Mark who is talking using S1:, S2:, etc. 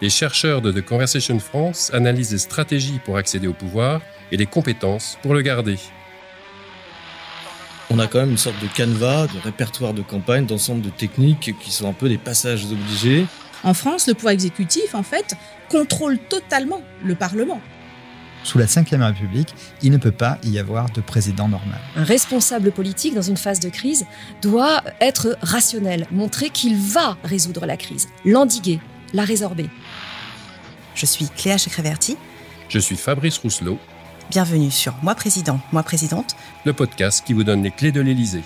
S1: Les chercheurs de The Conversation France analysent les stratégies pour accéder au pouvoir et les compétences pour le garder.
S2: On a quand même une sorte de canevas, de répertoire de campagne, d'ensemble de techniques qui sont un peu des passages obligés.
S3: En France, le pouvoir exécutif, en fait, contrôle totalement le Parlement.
S4: Sous la Ve République, il ne peut pas y avoir de président normal.
S5: Un responsable politique dans une phase de crise doit être rationnel, montrer qu'il va résoudre la crise, l'endiguer, la résorber.
S6: Je suis Cléa Chakreverti.
S1: Je suis Fabrice Rousselot,
S6: Bienvenue sur Moi Président, Moi Présidente,
S1: le podcast qui vous donne les clés de l'Élysée.